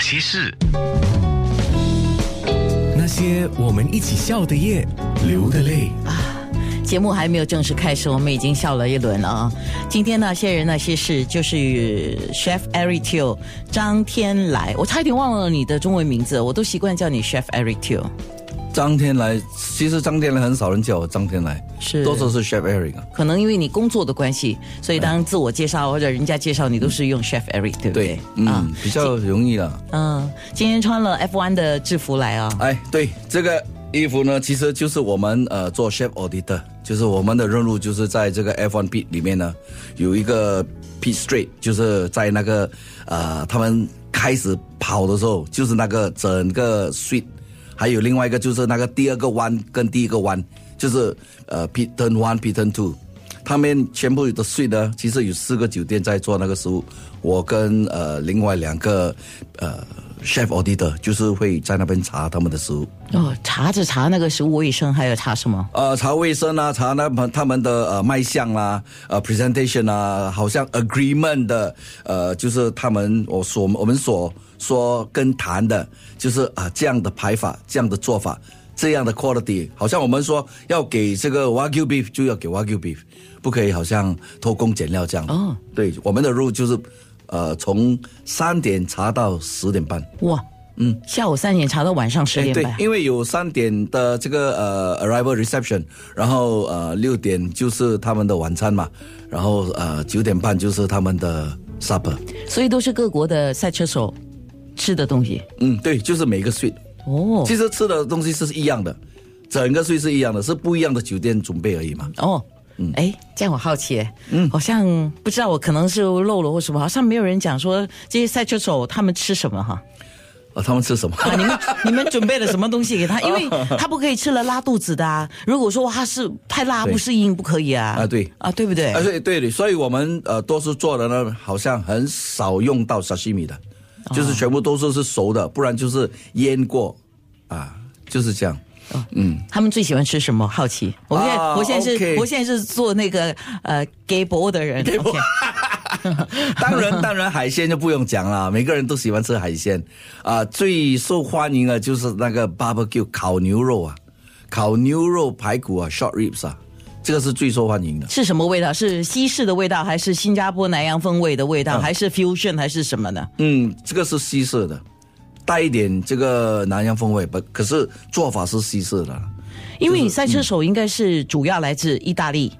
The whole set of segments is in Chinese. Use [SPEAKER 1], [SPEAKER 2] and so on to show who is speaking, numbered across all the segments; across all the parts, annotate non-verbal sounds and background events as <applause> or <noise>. [SPEAKER 1] 些事？
[SPEAKER 2] 那些我们一起笑的夜，流的泪。
[SPEAKER 3] 节目还没有正式开始，我们已经笑了一轮了啊！今天那些人那些事，就是与 Chef Eric Teo 张天来，我差一点忘了你的中文名字，我都习惯叫你 Chef Eric Teo。
[SPEAKER 4] 张天来，其实张天来很少人叫我张天来，
[SPEAKER 3] 是
[SPEAKER 4] 多数是 Chef Eric 啊。
[SPEAKER 3] 可能因为你工作的关系，所以当自我介绍或者人家介绍你都是用 Chef Eric，对不对
[SPEAKER 4] 对？，
[SPEAKER 3] 啊
[SPEAKER 4] 嗯，比较容易了。
[SPEAKER 3] 嗯，今天穿了 F1 的制服来啊、
[SPEAKER 4] 哎，对，这个衣服呢，其实就是我们呃做 Chef Auditor，就是我们的任务就是在这个 F1 Pit 里面呢，有一个 Pit Straight，就是在那个呃他们开始跑的时候，就是那个整个 Street，还有另外一个就是那个第二个弯跟第一个弯，就是呃 Pit Turn One、Pit Turn Two。他们全部的税呢，其实有四个酒店在做那个食物，我跟呃另外两个呃 chef auditor 就是会在那边查他们的食物，
[SPEAKER 3] 哦，查着查那个食物卫生，还有查什么？
[SPEAKER 4] 呃查卫生啊，查那么他们的呃卖相啦、呃 presentation 啊，好像 agreement 的呃就是他们我所我们所说跟谈的，就是啊、这样的排法，这样的做法。这样的 quality，好像我们说要给这个 wagyu beef 就要给 wagyu beef，不可以好像偷工减料这样。
[SPEAKER 3] 哦，
[SPEAKER 4] 对，我们的 rule 就是，呃，从三点查到十点半。
[SPEAKER 3] 哇，嗯，下午三点查到晚上十点
[SPEAKER 4] 哎对
[SPEAKER 3] 半，，
[SPEAKER 4] 因为有三点的这个呃 arrival reception，然后呃六点就是他们的晚餐嘛，然后呃九点半就是他们的 supper。
[SPEAKER 3] 所以都是各国的赛车手吃的东西。
[SPEAKER 4] 嗯，对，就是每个 suite，
[SPEAKER 3] 哦
[SPEAKER 4] 其实吃的东西是一样的，整个 suite 是一样的，是不一样的酒店准备而已嘛。
[SPEAKER 3] 哦，
[SPEAKER 4] 嗯
[SPEAKER 3] 哎，这样我好奇，嗯，好像不知道我可能是漏了或什么，好像没有人讲说这些赛车手他们吃什么哈。
[SPEAKER 4] 啊，他们吃什么？ <laughs>
[SPEAKER 3] 啊，你们 <laughs> 你们准备了什么东西给
[SPEAKER 4] 哦
[SPEAKER 3] 他？因为他不可以吃了拉肚子的啊。如果说他是太辣
[SPEAKER 4] 对
[SPEAKER 3] 不适应，不可以啊。
[SPEAKER 4] 啊对
[SPEAKER 3] 啊，对不对？
[SPEAKER 4] 啊，对对的，所以我们呃多数做的呢，好像很少用到沙西米的，
[SPEAKER 3] 哦
[SPEAKER 4] 就是全部都是是熟的，不然就是腌过，啊，就是这样。
[SPEAKER 3] 嗯他们最喜欢吃什么？好奇。我现在、
[SPEAKER 4] 啊
[SPEAKER 3] 我现在是、
[SPEAKER 4] OK
[SPEAKER 3] 我现在是做那个呃 gay boy 的
[SPEAKER 4] <laughs>
[SPEAKER 3] 人。gay
[SPEAKER 4] 当然， <laughs> 当然海鲜就不用讲了，每个人都喜欢吃海鲜，啊、最受欢迎的就是那个 barbecue 烤牛肉啊，烤牛肉排骨啊，short ribs 啊，这个是最受欢迎的。
[SPEAKER 3] 是什么味道？是西式的味道，还是新加坡南洋风味的味
[SPEAKER 4] 啊
[SPEAKER 3] 道，还是 fusion，还是什么呢？
[SPEAKER 4] 嗯，这个是西式的，带一点这个南洋风味，不，可是做法是西式的。
[SPEAKER 3] 因为你赛车手应该是主要来自意大利，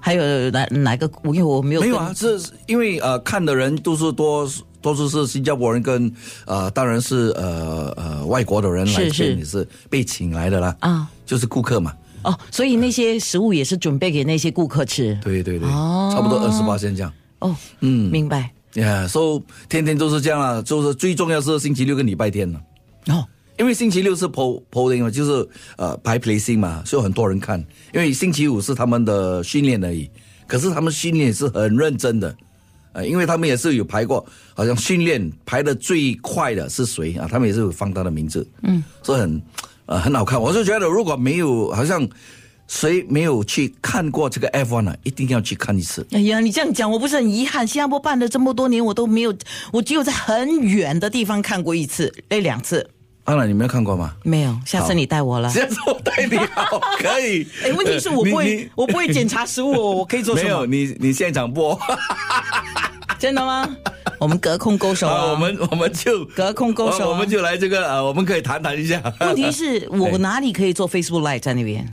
[SPEAKER 3] 还有哪哪个？因为我没有
[SPEAKER 4] 没有
[SPEAKER 3] 跟
[SPEAKER 4] 啊，这是因为呃，看的人都是多多数是新加坡人跟呃，当然是呃呃外国的人来
[SPEAKER 3] 是是
[SPEAKER 4] 这也是被请来的啦，
[SPEAKER 3] 啊
[SPEAKER 4] 就是顾客嘛，
[SPEAKER 3] 哦，所以那些食物也是准备给那些顾客吃。
[SPEAKER 4] 对对对，
[SPEAKER 3] 哦
[SPEAKER 4] 差不多二十八先这样。
[SPEAKER 3] 哦，嗯，明白。
[SPEAKER 4] Yeah，so 天天都是这样啦，就是最重要是星期六跟礼拜天了，啊
[SPEAKER 3] 哦，
[SPEAKER 4] 因为星期六是 po polling 嘛，就是呃排 placing 嘛，所以很多人看。因为星期五是他们的训练而已，可是他们训练是很认真的，呃，因为他们也是有排过，好像训练排的最快的是谁啊？他们也是有放他的名字，嗯，所以很呃很好看。我是觉得如果没有好像谁没有去看过这个 F1 呢、一定要去看一次。
[SPEAKER 3] 哎呀，你这样讲，我不是很遗憾。新加坡办了这么多年，我都没有，我只有在很远的地方看过一次，哎，两次
[SPEAKER 4] 安娜，你没有看过吗？
[SPEAKER 3] 没有。下次
[SPEAKER 4] 好
[SPEAKER 3] 你带我了。
[SPEAKER 4] <laughs> 这次我带你好，可以。
[SPEAKER 3] <laughs> 哎，问题是我不
[SPEAKER 4] 你
[SPEAKER 3] 会
[SPEAKER 4] 你，
[SPEAKER 3] 我不会检查食物，我可以做什
[SPEAKER 4] 没有
[SPEAKER 3] 么？
[SPEAKER 4] 你，你现场播。
[SPEAKER 3] 真的吗？我们隔空勾手
[SPEAKER 4] 好，
[SPEAKER 3] 啊。
[SPEAKER 4] <laughs> 我们我们就
[SPEAKER 3] 隔空勾手啊
[SPEAKER 4] 我我们就来这个呃，我们可以谈谈一下。 <laughs>
[SPEAKER 3] 问题是
[SPEAKER 4] 哎
[SPEAKER 3] 我哪里可以做 Facebook Live 在那边？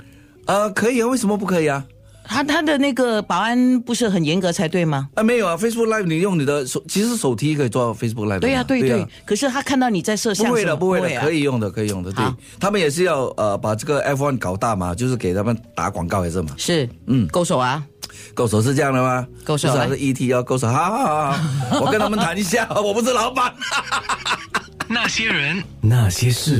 [SPEAKER 4] 呃，可以啊，为什么不可以啊？
[SPEAKER 3] 他他的那个保安不是很严格才对吗？
[SPEAKER 4] 啊，没有啊，Facebook Live 你用你的手，其实手提可以做 Facebook Live 的嘛。
[SPEAKER 3] 对呀、对对
[SPEAKER 4] 啊。
[SPEAKER 3] 可是他看到你在摄像什
[SPEAKER 4] 不
[SPEAKER 3] 么，
[SPEAKER 4] 会的，不会的，
[SPEAKER 3] 啊
[SPEAKER 4] 可以用的，可以用的。对
[SPEAKER 3] 好，
[SPEAKER 4] 他们也是要呃把这个 F1 搞大嘛，就是给他们打广告也是嘛。
[SPEAKER 3] 是嗯，勾手啊。
[SPEAKER 4] 勾手是这样的吗？
[SPEAKER 3] 勾手哎
[SPEAKER 4] 就是啊
[SPEAKER 3] 来
[SPEAKER 4] 还是 E ET 要勾手，好好好 <laughs> 好，我跟他们谈一下，我不是老板。
[SPEAKER 1] 那些人，
[SPEAKER 2] 那些事。